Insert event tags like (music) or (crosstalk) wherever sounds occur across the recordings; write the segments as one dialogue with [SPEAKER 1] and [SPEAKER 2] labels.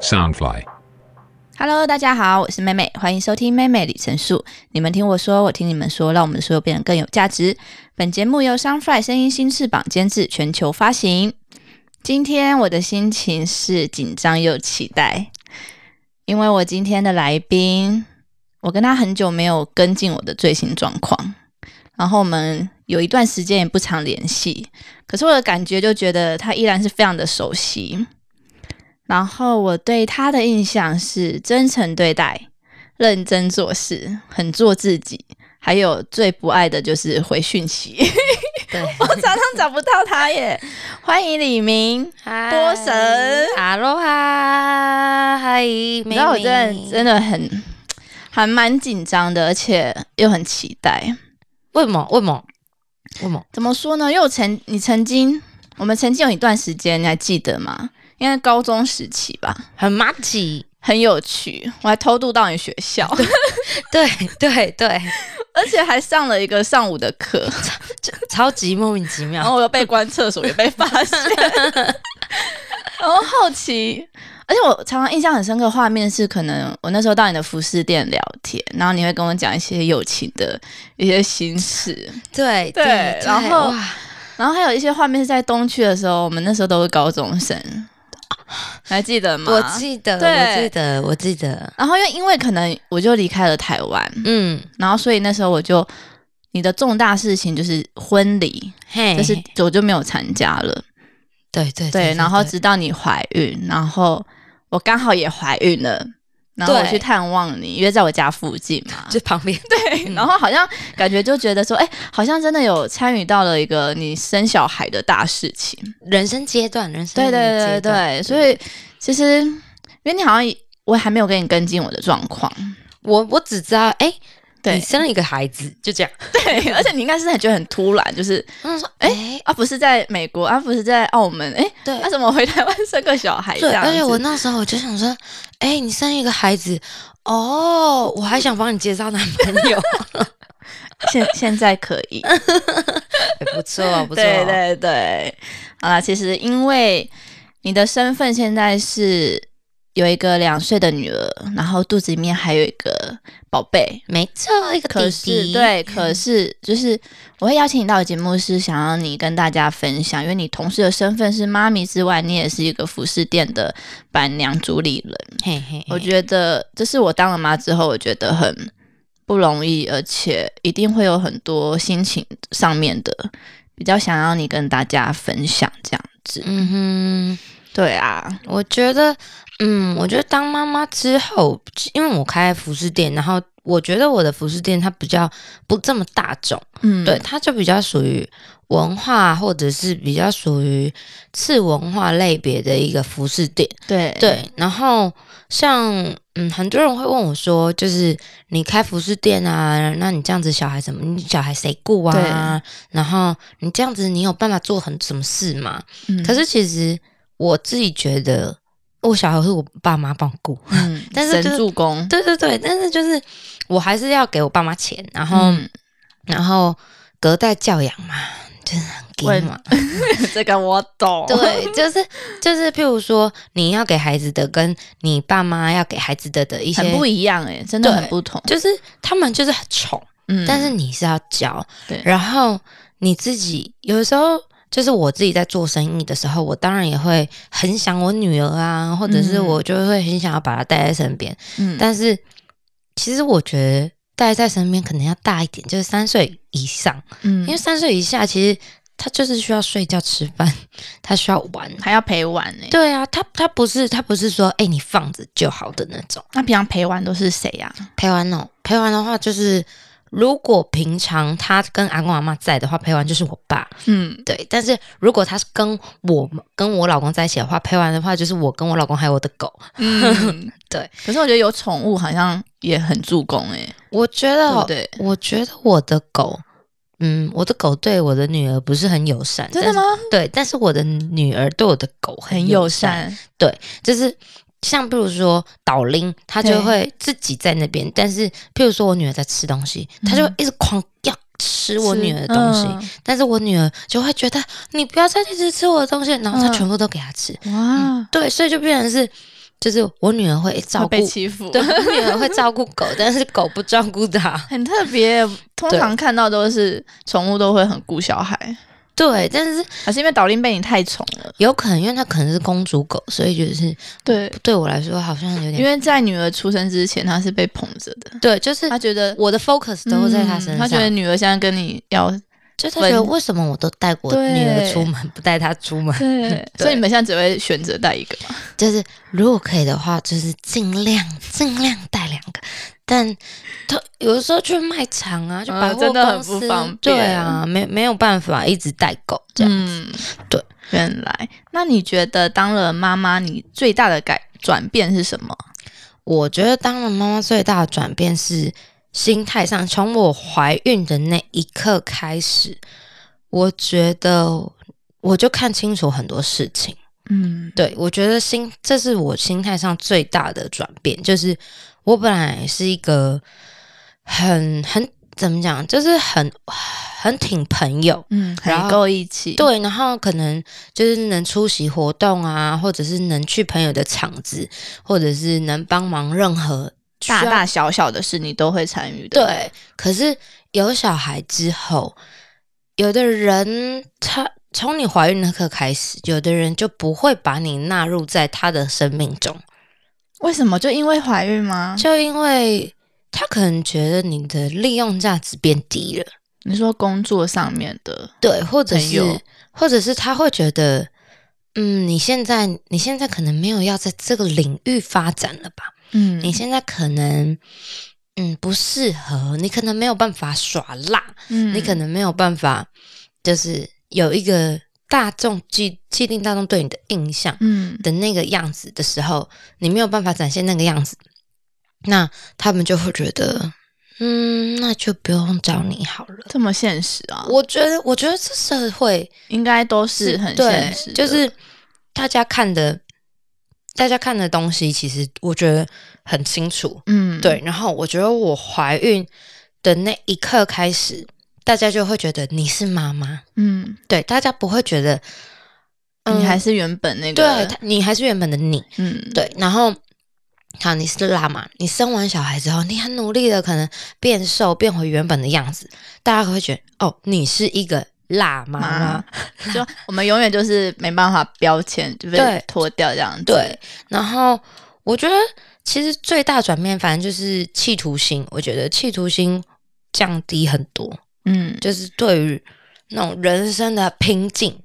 [SPEAKER 1] Soundfly.
[SPEAKER 2] Hello，大家好，我是妹妹，欢迎收听妹妹旅程树。你们听我说，我听你们说，让我们的所有变得更有价值。本节目由 Sunfly 声音新翅膀监制，全球发行。今天我的心情是紧张又期待，因为我今天的来宾，我跟他很久没有跟进我的最新状况，然后我们有一段时间也不常联系，可是我的感觉就觉得他依然是非常的熟悉。然后我对他的印象是真诚对待、认真做事、很做自己，还有最不爱的就是回讯息。 (laughs)
[SPEAKER 3] (laughs) 对，
[SPEAKER 2] 我常常找不到他耶。欢迎李明，
[SPEAKER 3] 嗨
[SPEAKER 2] 波神
[SPEAKER 3] 哈喽哈，嗨，妹
[SPEAKER 2] 你
[SPEAKER 3] 妹
[SPEAKER 2] 知道我真的真的很还蛮紧张的，而且又很期待。
[SPEAKER 3] 为什么？为什么？为什么？
[SPEAKER 2] 怎么说呢？因为我曾你曾经，我们曾经有一段时间，你还记得吗？应该高中时期吧，
[SPEAKER 3] 很麻吉，
[SPEAKER 2] 很有趣。我还偷渡到你学校，
[SPEAKER 3] (laughs)
[SPEAKER 2] (laughs)
[SPEAKER 3] 对对对，
[SPEAKER 2] 而且还上了一个上午的课。
[SPEAKER 3] 就超级莫名其
[SPEAKER 2] 然后
[SPEAKER 3] 妙。
[SPEAKER 2] 我又被关厕所，也被发现。 (laughs) 然后好奇，而且我常常印象很深刻的画面是，可能我那时候到你的服饰店聊天，然后你会跟我讲一些友情的一些心事，
[SPEAKER 3] 对
[SPEAKER 2] 对然后
[SPEAKER 3] 哇
[SPEAKER 2] 然后还有一些画面是在东区的时候，我们那时候都是高中生，还记得吗？
[SPEAKER 3] 我记得，
[SPEAKER 2] 对
[SPEAKER 3] 我记得，我记得，
[SPEAKER 2] 然后因为因为可能我就离开了台湾，
[SPEAKER 3] 嗯，
[SPEAKER 2] 然后所以那时候我就你的重大事情就是婚礼，
[SPEAKER 3] 嘿，
[SPEAKER 2] 就是我就没有参加了。
[SPEAKER 3] 对对
[SPEAKER 2] 对，然后直到你怀孕，然后我刚好也怀孕了，然后我
[SPEAKER 3] 对
[SPEAKER 2] 去探望你，因为在我家附近嘛。
[SPEAKER 3] 就旁 (laughs) 边，
[SPEAKER 2] 对，然后好像感觉就觉得说，哎、好像真的有参与到了一个你生小孩的大事情。
[SPEAKER 3] 人生阶段，人生
[SPEAKER 2] 对对
[SPEAKER 3] 阶
[SPEAKER 2] 对对
[SPEAKER 3] 段
[SPEAKER 2] 对，所以其实因为你好像我还没有跟你跟进我的状况，
[SPEAKER 3] 我我只知道，哎，你
[SPEAKER 2] 对
[SPEAKER 3] 生了一个孩子，就这样。
[SPEAKER 2] 对， (laughs) 而且你应该是很觉得很突然，就是
[SPEAKER 3] 然后说，哎，
[SPEAKER 2] 啊，不是在美国，啊，不是在澳门，哎、
[SPEAKER 3] 对
[SPEAKER 2] 那、，怎么回台湾生个小孩这
[SPEAKER 3] 对，
[SPEAKER 2] 样
[SPEAKER 3] 而且我
[SPEAKER 2] 子
[SPEAKER 3] 那时候我就想说，哎、你生一个孩子，哦，我还想帮你介绍男朋友， (laughs)
[SPEAKER 2] 现现在可 (laughs) 以。
[SPEAKER 3] 哎不错不错，
[SPEAKER 2] 对对对，好啦，其实因为你的身份现在是有一个两岁的女儿，然后肚子里面还有一个宝贝。
[SPEAKER 3] 没错，一个
[SPEAKER 2] 可
[SPEAKER 3] 弟
[SPEAKER 2] 是，
[SPEAKER 3] 弟，
[SPEAKER 2] 对，可是就是我会邀请你到我节目，是想要你跟大家分享，因为你同时的身份是妈咪之外，你也是一个服饰店的板娘、主理人。
[SPEAKER 3] 嘿嘿嘿，
[SPEAKER 2] 我觉得这是我当了妈之后，我觉得很不容易，而且一定会有很多心情上面的比较想要你跟大家分享这样子。
[SPEAKER 3] 嗯哼。
[SPEAKER 2] 对啊，
[SPEAKER 3] 我觉得，嗯，我觉得当妈妈之后，因为我开服饰店，然后我觉得我的服饰店它比较不这么大众，
[SPEAKER 2] 嗯，
[SPEAKER 3] 对，，它就比较属于文化或者是比较属于次文化类别的一个服饰店。
[SPEAKER 2] 对，，
[SPEAKER 3] 对，然后像嗯，很多人会问我说，就是你开服饰店啊，那你这样子小孩怎么，你小孩谁顾啊？然后你这样子，你有办法做很什么事吗？
[SPEAKER 2] 嗯
[SPEAKER 3] 可，是其实我自己觉得，我小孩是我爸妈帮我顾，
[SPEAKER 2] 嗯，
[SPEAKER 3] 但是就是
[SPEAKER 2] 神助攻，
[SPEAKER 3] 对对对，但是就是我还是要给我爸妈钱，然后、
[SPEAKER 2] 嗯，
[SPEAKER 3] 然后隔代教养嘛，就是很给
[SPEAKER 2] 喂 (laughs)
[SPEAKER 3] 嘛。
[SPEAKER 2] 这个我懂，
[SPEAKER 3] (laughs) 对，就是就是，譬如说你要给孩子的，跟你爸妈要给孩子的的一些
[SPEAKER 2] 很不一样哎、真的
[SPEAKER 3] 对
[SPEAKER 2] 很不同，
[SPEAKER 3] 就是他们就是很宠，
[SPEAKER 2] 嗯，
[SPEAKER 3] 但是你是要教，
[SPEAKER 2] 对
[SPEAKER 3] 然后你自己有时候就是我自己在做生意的时候，我当然也会很想我女儿啊，或者是
[SPEAKER 2] 嗯
[SPEAKER 3] 我就会很想要把她带在身边，
[SPEAKER 2] 嗯，
[SPEAKER 3] 但是其实我觉得带在身边可能要大一点，就是三岁以上，
[SPEAKER 2] 嗯
[SPEAKER 3] 因为三岁以下其实他就是需要睡觉、吃饭，他需要玩。
[SPEAKER 2] 还要陪玩哎、
[SPEAKER 3] 对啊，他他不是他不是说哎、你放着就好的那种。
[SPEAKER 2] 那平常陪玩都是谁啊呀、
[SPEAKER 3] 陪玩哦，陪玩的话就是，如果平常他跟阿公阿妈在的话，陪玩就是我爸， (laughs)
[SPEAKER 2] 嗯，
[SPEAKER 3] 对。但是如果他是跟我跟我老公在一起的话，陪玩的话就是我跟我老公还有我的狗。
[SPEAKER 2] 嗯
[SPEAKER 3] (laughs) 对。
[SPEAKER 2] 可是我觉得有宠物好像也很助攻哎、
[SPEAKER 3] 我觉得哦，
[SPEAKER 2] 对不
[SPEAKER 3] 我觉得我的狗，嗯，我的狗对我的女儿不是很友善，
[SPEAKER 2] 真的吗？
[SPEAKER 3] 但是？对，但是我的女儿对我的狗很
[SPEAKER 2] 很
[SPEAKER 3] 友
[SPEAKER 2] 友
[SPEAKER 3] 善，
[SPEAKER 2] 善，
[SPEAKER 3] 就是。像比如说导铃，它就
[SPEAKER 2] 对
[SPEAKER 3] 会自己在那边，但是譬如说我女儿在吃东西，它就
[SPEAKER 2] 嗯
[SPEAKER 3] 一直狂要吃我
[SPEAKER 2] 吃
[SPEAKER 3] 女儿的东西，
[SPEAKER 2] 嗯
[SPEAKER 3] 但是我女儿就会觉得你不要再一直吃我的东西，然后她
[SPEAKER 2] 嗯
[SPEAKER 3] 全部都给她吃。
[SPEAKER 2] 哇，
[SPEAKER 3] 对，所以就变成是就是我女儿会嗯照
[SPEAKER 2] 会
[SPEAKER 3] 顾，
[SPEAKER 2] 被欺负，
[SPEAKER 3] (laughs) 对，我女儿会照顾狗，但是狗不照顾它。
[SPEAKER 2] 很特别。通
[SPEAKER 3] 对
[SPEAKER 2] 常看到都是宠物都会很顾小孩，
[SPEAKER 3] 对，但是
[SPEAKER 2] 还是因为导令被你太宠了？
[SPEAKER 3] 有可能因为它可能是公主狗，所以就是
[SPEAKER 2] 对，
[SPEAKER 3] 对我来说好像有
[SPEAKER 2] 因
[SPEAKER 3] 点
[SPEAKER 2] 为在女儿出生之前，她是被捧着的，
[SPEAKER 3] 对，就是嗯
[SPEAKER 2] 她觉得
[SPEAKER 3] 我的 focus 都在它身
[SPEAKER 2] 嗯
[SPEAKER 3] 上。
[SPEAKER 2] 她觉得女儿现在跟你要
[SPEAKER 3] 就他觉得
[SPEAKER 2] 分
[SPEAKER 3] 为什么我都带我
[SPEAKER 2] 对
[SPEAKER 3] 女儿出门，不带她出门？
[SPEAKER 2] (laughs) 对，所以你们现在只会选择带一个嘛？
[SPEAKER 3] 就是如果可以的话，就是尽量尽量带两个。但他有的时候去卖场啊，去百
[SPEAKER 2] 嗯
[SPEAKER 3] 货
[SPEAKER 2] 真的很
[SPEAKER 3] 公司，
[SPEAKER 2] 不方便
[SPEAKER 3] 对啊，没没有办法一直带狗这样。
[SPEAKER 2] 嗯，
[SPEAKER 3] 对。
[SPEAKER 2] 原来，那你觉得当了妈妈，你最大的改转变是什么？
[SPEAKER 3] 我觉得当了妈妈最大的转变是心态上，从我怀孕的那一刻开始，我觉得我就看清楚很多事情。
[SPEAKER 2] 嗯，
[SPEAKER 3] 对，我觉得心，这是我心态上最大的转变，就是我本来是一个很很怎么讲，就是很很挺朋友，
[SPEAKER 2] 嗯，
[SPEAKER 3] 然
[SPEAKER 2] 很
[SPEAKER 3] 后
[SPEAKER 2] 够义气。，
[SPEAKER 3] 对，然后可能就是能出席活动啊，或者是能去朋友的场子，或者是能帮忙任何需要
[SPEAKER 2] 大大小小的事你都会参与的。
[SPEAKER 3] 对，可是有小孩之后，有的人他从你怀孕那刻开始，有的人就不会把你纳入在他的生命中。
[SPEAKER 2] 为什么？就因为怀孕吗？
[SPEAKER 3] 就因为他可能觉得你的利用价值变低了，
[SPEAKER 2] 你说工作上面的，
[SPEAKER 3] 对，或者
[SPEAKER 2] 朋友
[SPEAKER 3] 是或者是他会觉得，嗯，你现在你现在可能没有要在这个领域发展了吧？
[SPEAKER 2] 嗯
[SPEAKER 3] 你现在可能。嗯，不适合你，可能没有办法耍辣，
[SPEAKER 2] 嗯
[SPEAKER 3] 你可能没有办法，就是有一个大众既既定大众对你的印象，
[SPEAKER 2] 嗯
[SPEAKER 3] 的那个样子的时候，你没有办法展现那个样子，那他们就会觉得，嗯，那就不用找你好了。
[SPEAKER 2] 这么现实啊，
[SPEAKER 3] 我觉得，我觉得这社会
[SPEAKER 2] 应该都是很
[SPEAKER 3] 对
[SPEAKER 2] 现实，的，
[SPEAKER 3] 就是大家看的，大家看的东西，其实我觉得很清楚。
[SPEAKER 2] 嗯，
[SPEAKER 3] 对，然后我觉得我怀孕的那一刻开始，大家就会觉得你是妈妈，
[SPEAKER 2] 嗯，
[SPEAKER 3] 对，大家不会觉得、嗯
[SPEAKER 2] 你还是原本那
[SPEAKER 3] 对，
[SPEAKER 2] 个，
[SPEAKER 3] 他你还是原本的你，
[SPEAKER 2] 嗯，
[SPEAKER 3] 对，然后好，你是辣嘛？你生完小孩之后，你很努力的可能变瘦，变回原本的样子，大家会觉得哦，你是一个辣妈
[SPEAKER 2] 妈
[SPEAKER 3] 妈。
[SPEAKER 2] 就我们永远就是没办法标签，就被
[SPEAKER 3] 对
[SPEAKER 2] 脱掉这样子。
[SPEAKER 3] 对，然后我觉得其实最大转变，反正就是企图心，我觉得企图心降低很多，
[SPEAKER 2] 嗯，
[SPEAKER 3] 就是对于那种人生的瓶颈。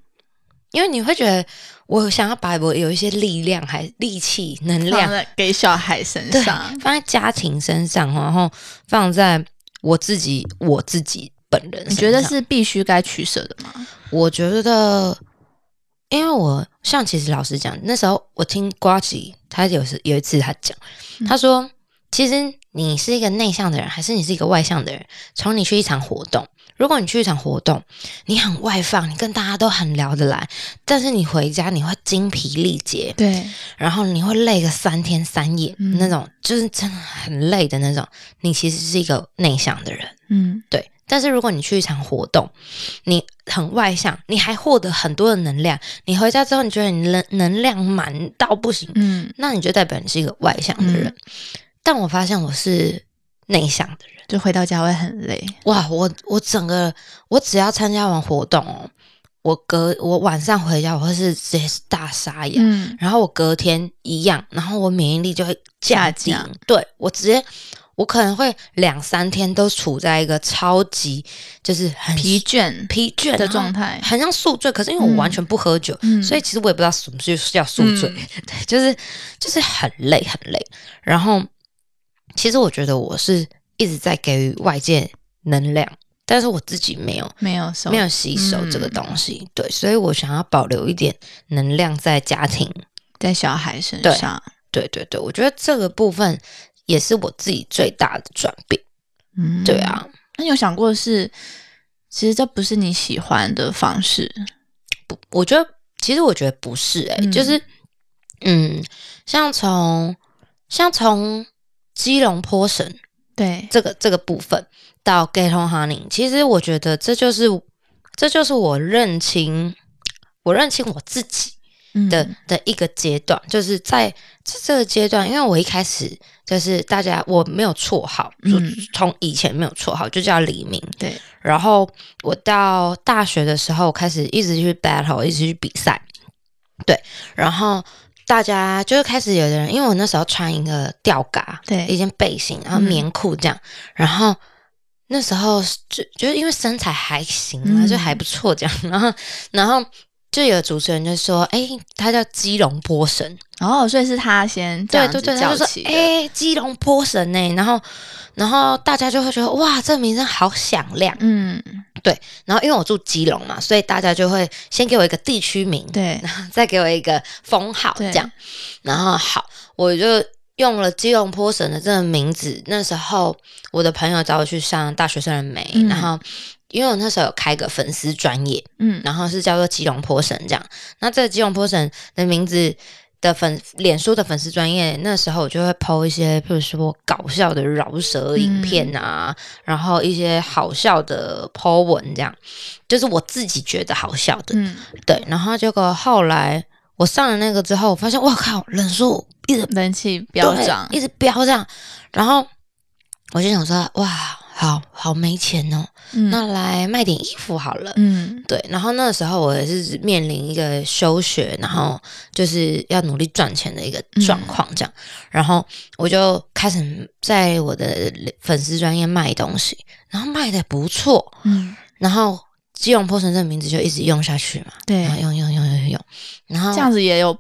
[SPEAKER 3] 因为你会觉得，我想要把我有一些力量、还力气、能量
[SPEAKER 2] 放，在给小孩身
[SPEAKER 3] 对，
[SPEAKER 2] 上，
[SPEAKER 3] 放在家庭身上，然后放在我自己我自己本人身上。
[SPEAKER 2] 你觉得？是必须该取舍的吗？
[SPEAKER 3] 我觉得，因为我像其实老实讲，那时候我听瓜吉他有时有一次他讲，
[SPEAKER 2] 嗯
[SPEAKER 3] 他说其实你是一个内向的人，还是你是一个外向的人？从你去一场活动，如果你去一场活动，你很外放，你跟大家都很聊得来，但是你回家你会精疲力竭，
[SPEAKER 2] 对，
[SPEAKER 3] 然后你会累个三天三夜，
[SPEAKER 2] 嗯
[SPEAKER 3] 那种就是真的很累的那种。你其实是一个内向的人，
[SPEAKER 2] 嗯
[SPEAKER 3] 对。但是如果你去一场活动，你很外向，你还获得很多的能量，你回家之后你觉得你能能量满到不行，
[SPEAKER 2] 嗯，
[SPEAKER 3] 那你就代表你是一个外向的人。但我发现我是内向的人，
[SPEAKER 2] 就回到家会很累，
[SPEAKER 3] 哇！我我整个我只要参加完活动哦，我隔我晚上回家我会是直接是大沙哑，
[SPEAKER 2] 嗯，
[SPEAKER 3] 然后我隔天一样，然后我免疫力就会
[SPEAKER 2] 下
[SPEAKER 3] 下
[SPEAKER 2] 降
[SPEAKER 3] 降。对我直接，我可能会两三天都处在一个超级就是很
[SPEAKER 2] 疲倦
[SPEAKER 3] 疲倦
[SPEAKER 2] 的状，态
[SPEAKER 3] 然后，很像宿醉。可是因为我完全不喝酒，
[SPEAKER 2] 嗯
[SPEAKER 3] 所以其实我也不知道什么是叫宿醉，
[SPEAKER 2] 嗯
[SPEAKER 3] 对，就是就是很累很累。然后其实我觉得我是一直在给予外界能量，但是我自己没有。
[SPEAKER 2] 没有收
[SPEAKER 3] 没有吸收这个
[SPEAKER 2] 嗯
[SPEAKER 3] 东西，对，所以我想要保留一点能量在家庭
[SPEAKER 2] 在小孩身
[SPEAKER 3] 对
[SPEAKER 2] 上，
[SPEAKER 3] 对对对，我觉得这个部分也是我自己最大的转变。
[SPEAKER 2] 嗯，
[SPEAKER 3] 对。啊，
[SPEAKER 2] 那你有想过是，其实这不是你喜欢的方式，
[SPEAKER 3] 不，我觉得其实我觉得不是诶、
[SPEAKER 2] 嗯
[SPEAKER 3] 就是嗯，像从像从基隆坡神
[SPEAKER 2] 对，
[SPEAKER 3] 这个这个部分到 Get On Honey，其实我觉得这就是这就是我认清我认清我自己，
[SPEAKER 2] 嗯
[SPEAKER 3] 的的一个阶段，就是在这这个阶段，因为我一开始就是大家我没有绰号，
[SPEAKER 2] 嗯
[SPEAKER 3] 就从以前没有绰号就叫黎明，
[SPEAKER 2] 对，
[SPEAKER 3] 然后我到大学的时候开始一直去 battle，一直去比赛，对，然后大家就是开始有的人，因为我那时候穿一个吊嘎，
[SPEAKER 2] 对
[SPEAKER 3] 一件背心，然后
[SPEAKER 2] 嗯
[SPEAKER 3] 棉裤这样，然后。那时候是就就是因为身材还行啊，
[SPEAKER 2] 嗯
[SPEAKER 3] 就还不错这样，然后然后就有主持人就说：“哎、他叫基隆波神。”
[SPEAKER 2] 哦，所以是他先这
[SPEAKER 3] 对
[SPEAKER 2] 样
[SPEAKER 3] 对
[SPEAKER 2] 子
[SPEAKER 3] 对，他
[SPEAKER 2] 叫
[SPEAKER 3] 就说
[SPEAKER 2] 起：“的，
[SPEAKER 3] 哎、基隆波神呢、然后然后大家就会觉得：“哇，这名字好响亮。”
[SPEAKER 2] 嗯，
[SPEAKER 3] 然后因为我住基隆嘛，所以大家就会先给我一个地区名，
[SPEAKER 2] 对，
[SPEAKER 3] 再给我一个封号
[SPEAKER 2] 对
[SPEAKER 3] 这样。然后好，我就用了基隆坡神的这个名字。那时候我的朋友找我去上大学生的美，
[SPEAKER 2] 嗯
[SPEAKER 3] 然后因为我那时候有开个粉丝专业，
[SPEAKER 2] 嗯，
[SPEAKER 3] 然后是叫做基隆坡神这样。那这个基隆坡神的名字的粉脸书的粉丝专业，那时候我就会 PO 一些，比如说搞笑的饶舌影片啊，
[SPEAKER 2] 嗯
[SPEAKER 3] 然后一些好笑的 PO 文这样，就是我自己觉得好笑的。
[SPEAKER 2] 嗯，
[SPEAKER 3] 对，然后结果后来我上了那个之后，我发现哇靠，人数一直
[SPEAKER 2] 人气飙
[SPEAKER 3] 对
[SPEAKER 2] 涨，
[SPEAKER 3] 一直飙这样，然后我就想说哇，好好没钱哦，
[SPEAKER 2] 嗯
[SPEAKER 3] 那来卖点衣服好了。
[SPEAKER 2] 嗯
[SPEAKER 3] 对，然后那时候我也是面临一个休学，然后就是要努力赚钱的一个状况，这样。然后我就开始在我的粉丝专业卖东西，然后卖的不错，
[SPEAKER 2] 嗯，
[SPEAKER 3] 然后基隆破城这个名字就一直用下去嘛，
[SPEAKER 2] 对
[SPEAKER 3] 然，后用用用用用，然后
[SPEAKER 2] 这样子也有，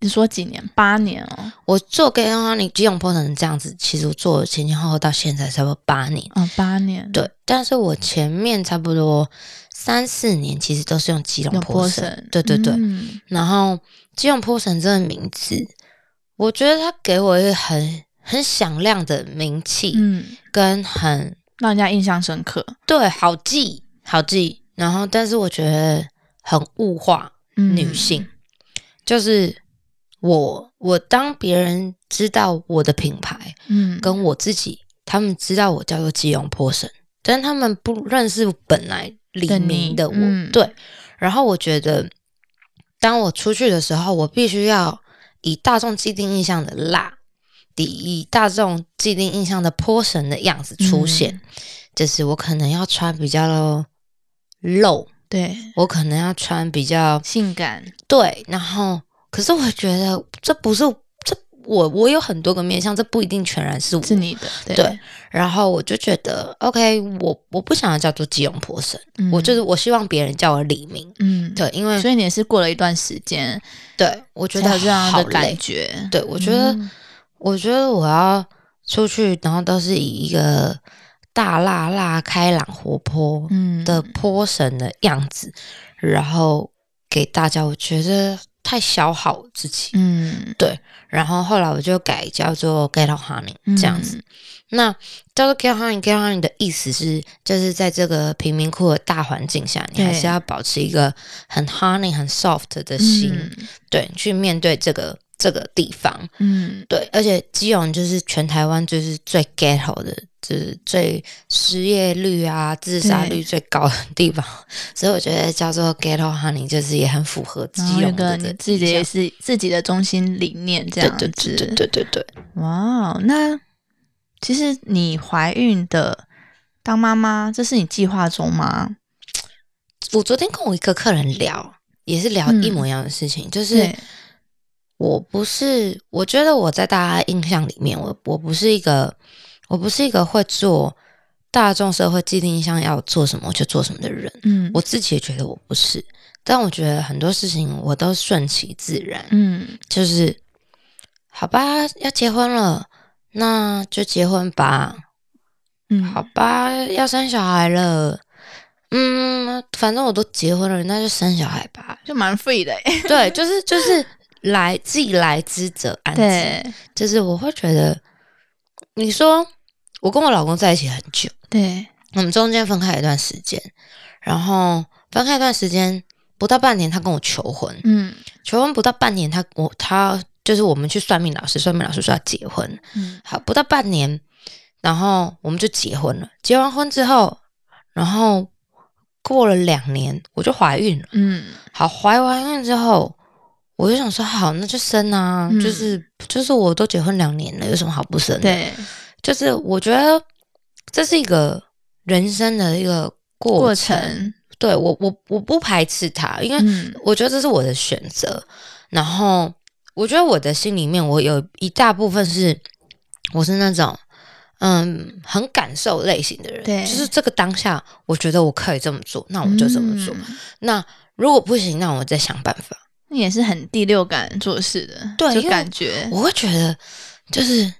[SPEAKER 2] 你说几年？八年哦，
[SPEAKER 3] 我做给的话，你基隆破城这样子，其实我做了前前后后到现在差不多八年，
[SPEAKER 2] 哦，八年，，
[SPEAKER 3] 对，但是我前面差不多三四年其实都是用基隆
[SPEAKER 2] 有
[SPEAKER 3] 破
[SPEAKER 2] 波
[SPEAKER 3] 城
[SPEAKER 2] 神，，
[SPEAKER 3] 对对对。
[SPEAKER 2] 嗯
[SPEAKER 3] 然后基隆坡神这个名字，我觉得他给我一个很很响亮的名气，
[SPEAKER 2] 嗯，
[SPEAKER 3] 跟很
[SPEAKER 2] 让人家印象深刻，
[SPEAKER 3] 对好记好记。然后，但是我觉得很物化
[SPEAKER 2] 嗯
[SPEAKER 3] 女性，就是我我当别人知道我的品牌，
[SPEAKER 2] 嗯，
[SPEAKER 3] 跟我自己，他们知道我叫做基隆坡神，但他们不认识本来黎
[SPEAKER 2] 的你
[SPEAKER 3] 明的我。
[SPEAKER 2] 嗯
[SPEAKER 3] 对，然后我觉得，当我出去的时候，我必须要以大众既定印象的辣，以以大众既定印象的坡神的样子出
[SPEAKER 2] 嗯
[SPEAKER 3] 现，就是我可能要穿比较露，
[SPEAKER 2] 对，
[SPEAKER 3] 我可能要穿比较
[SPEAKER 2] 性感，
[SPEAKER 3] 对，然后可是我觉得这不是这我我有很多个面向，这不一定全然是我
[SPEAKER 2] 是你的，对，
[SPEAKER 3] 对然后我就觉得，OK，我我不想要叫做基隆婆神，
[SPEAKER 2] 嗯
[SPEAKER 3] 我就是我希望别人叫我李明。
[SPEAKER 2] 嗯，
[SPEAKER 3] 对，因为
[SPEAKER 2] 所以你也是过了一段时间
[SPEAKER 3] 对我觉
[SPEAKER 2] 才
[SPEAKER 3] 得
[SPEAKER 2] 有这样
[SPEAKER 3] 好
[SPEAKER 2] 的
[SPEAKER 3] 累
[SPEAKER 2] 感。觉，
[SPEAKER 3] 对我觉得，
[SPEAKER 2] 嗯
[SPEAKER 3] 我觉得我要出去，然后都是以一个大辣辣、开朗、活泼
[SPEAKER 2] 嗯
[SPEAKER 3] 的泼神的样子，然后给大家，我觉得太消耗我自己。
[SPEAKER 2] 嗯
[SPEAKER 3] 然后后来我就改叫做 Get Out Honey
[SPEAKER 2] 嗯
[SPEAKER 3] 这样子。那叫做 Get Out Honey Get Out Honey 的意思是，就是在这个贫民窟的大环境下，你
[SPEAKER 2] 对
[SPEAKER 3] 还是要保持一个很 Honey 很 soft 的心，对，去面对这个这个地方。
[SPEAKER 2] 嗯
[SPEAKER 3] 对，而且基隆就是全台湾就是最 ghetto 的，就是最失业率啊、自杀率最高的地方，所以我觉得叫做 ghetto honey 就是也很符合
[SPEAKER 2] 然后
[SPEAKER 3] 基
[SPEAKER 2] 有
[SPEAKER 3] 隆
[SPEAKER 2] 个
[SPEAKER 3] 的
[SPEAKER 2] 你
[SPEAKER 3] 这
[SPEAKER 2] 自己的也是自己的中心理念这
[SPEAKER 3] 对
[SPEAKER 2] 样子，
[SPEAKER 3] 对对对对对对。
[SPEAKER 2] 哇哦，那其实你怀孕的当妈妈，这是你计划中吗？
[SPEAKER 3] 我昨天跟我一个客人聊，也是聊
[SPEAKER 2] 嗯
[SPEAKER 3] 一模一样的事情，就是
[SPEAKER 2] 对，
[SPEAKER 3] 我不是，我觉得我在大家印象里面，我我不是一个，我不是一个会做大众社会既定印象要做什么我就做什么的人，
[SPEAKER 2] 嗯，
[SPEAKER 3] 我自己也觉得我不是，但我觉得很多事情我都顺其自然，
[SPEAKER 2] 嗯
[SPEAKER 3] 就是好吧，要结婚了，那就结婚吧，
[SPEAKER 2] 嗯，
[SPEAKER 3] 好，吧，要生小孩了。嗯，反正我都结婚了，那就生小孩吧。
[SPEAKER 2] 就蛮 free 的欸，
[SPEAKER 3] 对，就是就是来既来之则安之，
[SPEAKER 2] 欸 (laughs) 对
[SPEAKER 3] 就是我会觉得，你说我跟我老公在一起很久，
[SPEAKER 2] 对，
[SPEAKER 3] 我们中间分开一段时间，然后分开一段时间不到半年，他跟我求婚，
[SPEAKER 2] 嗯
[SPEAKER 3] 求婚不到半年他，我他就是我们去算命老师，算命老师说要结婚，
[SPEAKER 2] 嗯
[SPEAKER 3] 好不到半年，然后我们就结婚了。结完婚之后，然后过了两年，我就怀孕了。
[SPEAKER 2] 嗯
[SPEAKER 3] 好，怀完孕之后，我就想说，好，那就生啊，
[SPEAKER 2] 嗯
[SPEAKER 3] 就是就是我都结婚两年了，有什么好不生的？，
[SPEAKER 2] 对，
[SPEAKER 3] 就是我觉得这是一个人生的一个过
[SPEAKER 2] 过程，
[SPEAKER 3] 对我我我不排斥它，因为
[SPEAKER 2] 嗯
[SPEAKER 3] 我觉得这是我的选择。然后我觉得我的心里面，我有一大部分是我是那种嗯很感受类型的人，
[SPEAKER 2] 对
[SPEAKER 3] 就是这个当下，我觉得我可以这么做，那我就这么做。
[SPEAKER 2] 嗯
[SPEAKER 3] 那如果不行，那我再想办法。
[SPEAKER 2] 那也是很第六感做事的，
[SPEAKER 3] 对因
[SPEAKER 2] 就
[SPEAKER 3] 为
[SPEAKER 2] 感觉
[SPEAKER 3] 我会觉得就是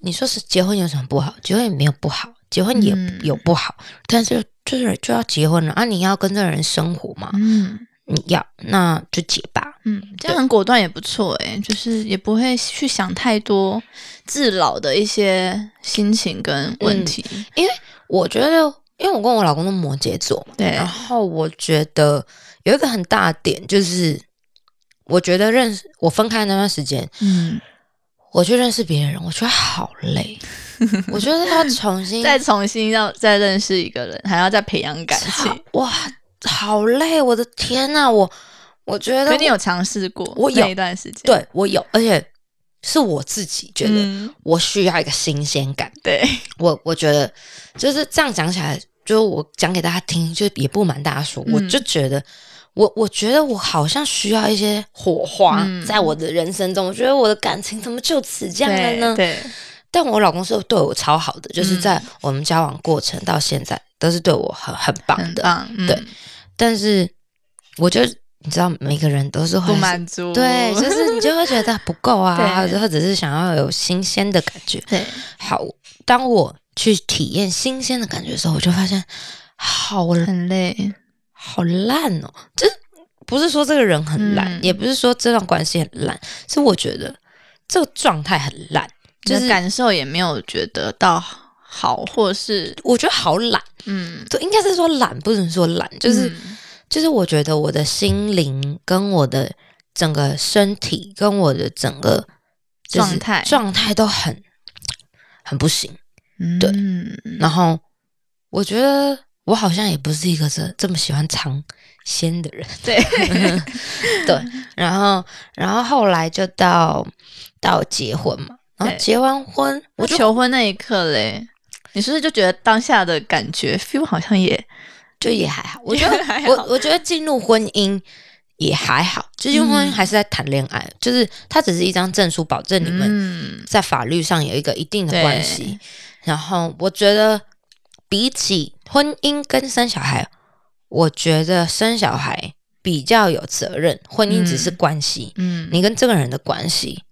[SPEAKER 3] 你说是结婚有什么不好？结婚也没有不好，结婚也
[SPEAKER 2] 嗯
[SPEAKER 3] 有不好，但是就是就要结婚了啊！你要跟这个人生活嘛，
[SPEAKER 2] 嗯
[SPEAKER 3] 你要那就结吧。
[SPEAKER 2] 嗯，这
[SPEAKER 3] 对
[SPEAKER 2] 样很果断也不错诶、就是也不会去想太多自老的一些心情跟问题，
[SPEAKER 3] 我觉得，因为我跟我老公都摩羯座嘛，
[SPEAKER 2] 对
[SPEAKER 3] 然后我觉得有一个很大的点就是，我觉得认识我分开那段时间，
[SPEAKER 2] 嗯，
[SPEAKER 3] 我去认识别人，我觉得好
[SPEAKER 2] (laughs)
[SPEAKER 3] 累，我觉得要重新
[SPEAKER 2] 再重新要再认识一个人，还要再培养感情，
[SPEAKER 3] 哇，好累，我的天呐、我我觉得
[SPEAKER 2] 所
[SPEAKER 3] 我
[SPEAKER 2] 以你有尝试过
[SPEAKER 3] 我有
[SPEAKER 2] 那一段时间，
[SPEAKER 3] 对我有，而且是我自己觉得
[SPEAKER 2] 嗯、
[SPEAKER 3] 我需要一个新鲜感，
[SPEAKER 2] 对，
[SPEAKER 3] 我我觉得就是这样讲起来，就是我讲给大家听，就也不瞒大家说，
[SPEAKER 2] 嗯
[SPEAKER 3] 我就觉得我我觉得我好像需要一些火花
[SPEAKER 2] 嗯
[SPEAKER 3] 在我的人生中，我觉得我的感情怎么就此这样了
[SPEAKER 2] 对
[SPEAKER 3] 呢？
[SPEAKER 2] 对，
[SPEAKER 3] 但我老公是对我超好的，就是
[SPEAKER 2] 嗯
[SPEAKER 3] 在我们交往过程到现在都是对我很很棒
[SPEAKER 2] 很
[SPEAKER 3] 的，
[SPEAKER 2] 棒，嗯、
[SPEAKER 3] 对，但是我就你知道，每个人都是会
[SPEAKER 2] 不满足，
[SPEAKER 3] 对，就是你就会觉得不够啊，
[SPEAKER 2] (laughs) 对
[SPEAKER 3] 或者是想要有新鲜的感觉。
[SPEAKER 2] 对，
[SPEAKER 3] 好，当我去体验新鲜的感觉的时候，我就发现好
[SPEAKER 2] 很累，
[SPEAKER 3] 好烂哦，就是不是说这个人很烂，
[SPEAKER 2] 嗯
[SPEAKER 3] 也不是说这段关系很烂，是我觉得这个状态很烂，
[SPEAKER 2] 就
[SPEAKER 3] 就是是
[SPEAKER 2] 感受也没有觉得到好，或是
[SPEAKER 3] 我觉得好懒，
[SPEAKER 2] 嗯，
[SPEAKER 3] 对，应该是说懒，不能说懒，就是、
[SPEAKER 2] 嗯
[SPEAKER 3] 就是我觉得我的心灵跟我的整个身体跟我的整个就是
[SPEAKER 2] 状态
[SPEAKER 3] 状态都很很不行。
[SPEAKER 2] 嗯
[SPEAKER 3] 对
[SPEAKER 2] 对，
[SPEAKER 3] 然后我觉得我好像也不是一个这这么喜欢尝鲜的人，
[SPEAKER 2] 对，
[SPEAKER 3] 对。 (laughs) 然后，然后后来就到到结婚嘛，然后
[SPEAKER 2] 对
[SPEAKER 3] 结完婚，
[SPEAKER 2] 我
[SPEAKER 3] (laughs) 我就
[SPEAKER 2] 求婚那一刻嘞，你是不是就觉得当下的感觉 feel 好像也
[SPEAKER 3] 就也还
[SPEAKER 2] (laughs)
[SPEAKER 3] 好，我觉得
[SPEAKER 2] 还好
[SPEAKER 3] 我我觉得进入婚姻。也还好，就是婚姻
[SPEAKER 2] 嗯
[SPEAKER 3] 还是在谈恋爱，就是它只是一张证书，保证你们
[SPEAKER 2] 嗯
[SPEAKER 3] 在法律上有一个一定的
[SPEAKER 2] 对
[SPEAKER 3] 关系。然后我觉得，比起婚姻跟生小孩，我觉得生小孩比较有责任，婚姻只是关系，
[SPEAKER 2] 嗯，
[SPEAKER 3] 你跟这个人的关系，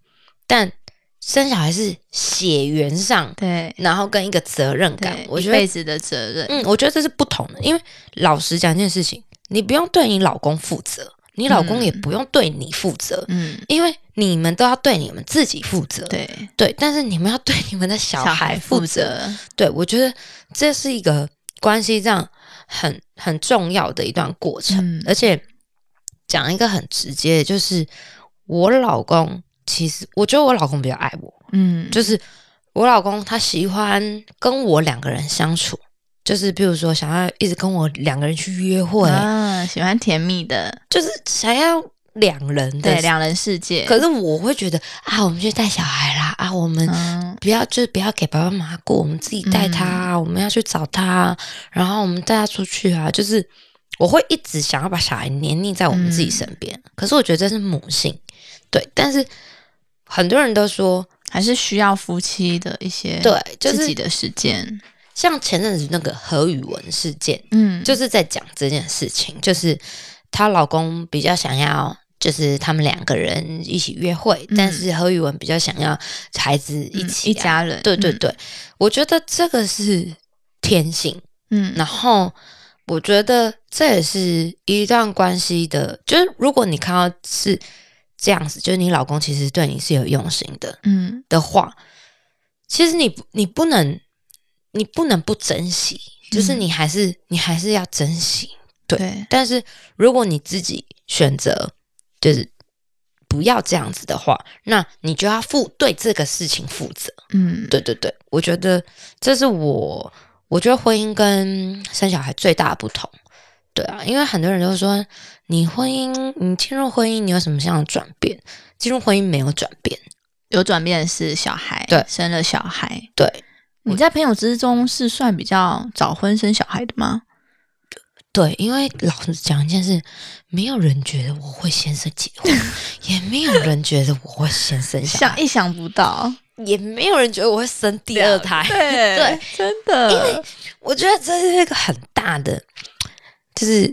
[SPEAKER 3] 但生小孩是血缘上，
[SPEAKER 2] 对
[SPEAKER 3] 然后跟一个责任感
[SPEAKER 2] 对，，
[SPEAKER 3] 我
[SPEAKER 2] 一
[SPEAKER 3] 觉
[SPEAKER 2] 辈
[SPEAKER 3] 得，
[SPEAKER 2] 子的责任，
[SPEAKER 3] 嗯，我觉得这是不同的，因为老实讲一件事情，你不用对你老公负责。你老公也
[SPEAKER 2] 嗯
[SPEAKER 3] 不用对你负责，
[SPEAKER 2] 嗯，
[SPEAKER 3] 因为你们都要对你们自己负责。
[SPEAKER 2] 对，
[SPEAKER 3] 对，但是你们要对你们的小孩负责。
[SPEAKER 2] 责，
[SPEAKER 3] 对，我觉得这是一个关系上很很重要的一段过程，
[SPEAKER 2] 嗯
[SPEAKER 3] 而且讲一个很直接的，就是我老公其实我觉得我老公比较爱我，
[SPEAKER 2] 嗯，
[SPEAKER 3] 就是我老公他喜欢跟我两个人相处。就是比如说，想要一直跟我两个人去约会，
[SPEAKER 2] 啊，喜欢甜蜜的，
[SPEAKER 3] 就是想要两人的
[SPEAKER 2] 对，。两人世界，
[SPEAKER 3] 可是我会觉得啊，我们去带小孩啦，啊，我们
[SPEAKER 2] 嗯
[SPEAKER 3] 不要就是不要给爸爸妈妈过，我们自己带他啊，我们要去找他啊，然后我们带他出去啊，就是我会一直想要把小孩黏腻在我们自己身边。
[SPEAKER 2] 嗯
[SPEAKER 3] 可是我觉得这是母性，对，但是很多人都说，
[SPEAKER 2] 还是需要夫妻的一些
[SPEAKER 3] 对，就
[SPEAKER 2] 自己
[SPEAKER 3] 是
[SPEAKER 2] 的时间，
[SPEAKER 3] 像前阵子那个何宇文事件，
[SPEAKER 2] 嗯，
[SPEAKER 3] 就是在讲这件事情，就是她老公比较想要。就是他们两个人一起约会，
[SPEAKER 2] 嗯
[SPEAKER 3] 但是何宇文比较想要孩子一
[SPEAKER 2] 嗯
[SPEAKER 3] 起、啊
[SPEAKER 2] 一，家人，
[SPEAKER 3] 对对
[SPEAKER 2] 嗯，
[SPEAKER 3] 对，我觉得这个是天性。
[SPEAKER 2] 嗯，
[SPEAKER 3] 然后我觉得这也是一段关系的，就是如果你看到是这样子，就是你老公其实对你是有用心的
[SPEAKER 2] 嗯，
[SPEAKER 3] 的话，其实你不你不能你不能不珍惜，就是
[SPEAKER 2] 嗯
[SPEAKER 3] 你还是、你还是要珍惜。对
[SPEAKER 2] 对，
[SPEAKER 3] 但是如果你自己选择就是不要这样子的话，那你就要负对这个事情负责。
[SPEAKER 2] 嗯，
[SPEAKER 3] 对对对，我觉得这是我，我觉得婚姻跟生小孩最大的不同，对啊，因为很多人都说，你婚姻，你进入婚姻，你有什么样的转变？进入婚姻没有转变，
[SPEAKER 2] 有转变是小孩，
[SPEAKER 3] 对
[SPEAKER 2] 生了小孩。
[SPEAKER 3] 对，
[SPEAKER 2] 你在朋友之中是算比较早婚生小孩的吗？
[SPEAKER 3] 对，因为老实讲一件事，没有人觉得我会先生结婚，也没有人觉得我会先生小
[SPEAKER 2] 想
[SPEAKER 3] 孩，
[SPEAKER 2] 一想不
[SPEAKER 3] (laughs)
[SPEAKER 2] 到，
[SPEAKER 3] 也没有人觉得我会生第二胎。
[SPEAKER 2] 对对，真的，
[SPEAKER 3] 因为我觉得这是一个很大的，就是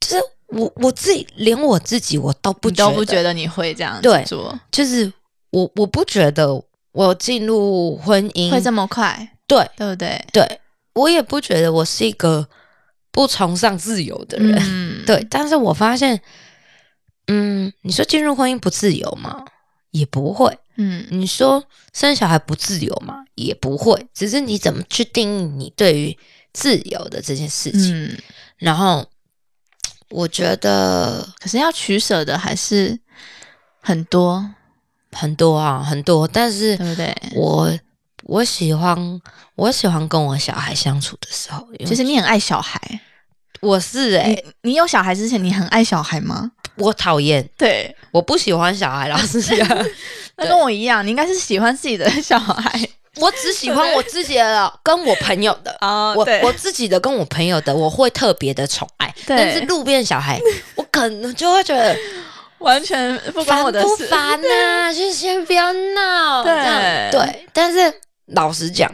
[SPEAKER 3] 就是我我自己，连我自己我都不
[SPEAKER 2] 你都不
[SPEAKER 3] 觉
[SPEAKER 2] 觉得你会这样子
[SPEAKER 3] 对
[SPEAKER 2] 做，
[SPEAKER 3] 就是我我不觉得我进入婚姻
[SPEAKER 2] 会这么快，
[SPEAKER 3] 对
[SPEAKER 2] 对不对？
[SPEAKER 3] 对，我也不觉得我是一个不崇尚自由的人，
[SPEAKER 2] 嗯，
[SPEAKER 3] (laughs) 对，但是我发现，嗯，你说进入婚姻不自由吗？也不会。
[SPEAKER 2] 嗯，
[SPEAKER 3] 你说生小孩不自由吗？也不会。只是你怎么去定义你对于自由的这件事情。
[SPEAKER 2] 嗯，
[SPEAKER 3] 然后，我觉得
[SPEAKER 2] 可是要取舍的还是很多，
[SPEAKER 3] 很多啊，很多，但是
[SPEAKER 2] 对不对？
[SPEAKER 3] 我我喜欢我喜欢跟我小孩相处的时候，因为
[SPEAKER 2] 其实你很爱小孩，
[SPEAKER 3] 我是哎、
[SPEAKER 2] 你你有小孩之前，你很爱小孩吗？
[SPEAKER 3] 我讨厌，
[SPEAKER 2] 对，
[SPEAKER 3] 我不喜欢小孩，老师
[SPEAKER 2] (laughs)
[SPEAKER 3] 讲，
[SPEAKER 2] 那跟我一样，你应该是喜欢自己的 (laughs) 小孩
[SPEAKER 3] 我只喜欢我自己的，跟我朋友的。
[SPEAKER 2] 哦
[SPEAKER 3] 我我自己的跟我朋友的，我会特别的宠爱，
[SPEAKER 2] 对
[SPEAKER 3] 但是路边
[SPEAKER 2] (laughs)
[SPEAKER 3] 小孩，我可能就会觉得
[SPEAKER 2] 完全 (laughs) 不关
[SPEAKER 3] 烦
[SPEAKER 2] 我的
[SPEAKER 3] 不
[SPEAKER 2] 事，
[SPEAKER 3] 烦呐、
[SPEAKER 2] (laughs)
[SPEAKER 3] 就先不要闹，
[SPEAKER 2] 对
[SPEAKER 3] 这样对。但是老实讲，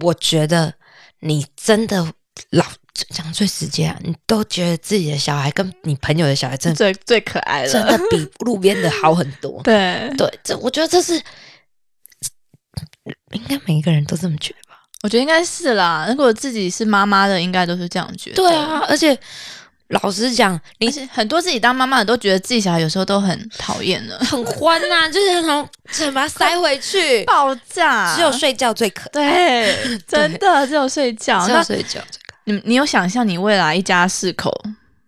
[SPEAKER 3] 我觉得你真的老讲最直接啊，你都觉得自己的小孩跟你朋友的小孩真的
[SPEAKER 2] 最最可爱
[SPEAKER 3] 真
[SPEAKER 2] 了，
[SPEAKER 3] 的比路边的好很多。
[SPEAKER 2] 对，
[SPEAKER 3] 对，这我觉得这是应该每一个人都这么觉得吧？
[SPEAKER 2] 我觉得应该是啦。如果自己是妈妈的，应该都是这样觉得，
[SPEAKER 3] 对啊，而且老实讲，
[SPEAKER 2] 而
[SPEAKER 3] 你
[SPEAKER 2] 且很多自己当妈妈的都觉得自己小孩有时候都很讨厌了，
[SPEAKER 3] 很欢呐、就是从想把它塞
[SPEAKER 2] (laughs)
[SPEAKER 3] 回去，
[SPEAKER 2] 爆炸
[SPEAKER 3] 只有睡觉最可， (laughs)
[SPEAKER 2] 对，真的只有睡觉。
[SPEAKER 3] 只有
[SPEAKER 2] 那
[SPEAKER 3] 睡觉最可。
[SPEAKER 2] 你你有想象你未来一家四口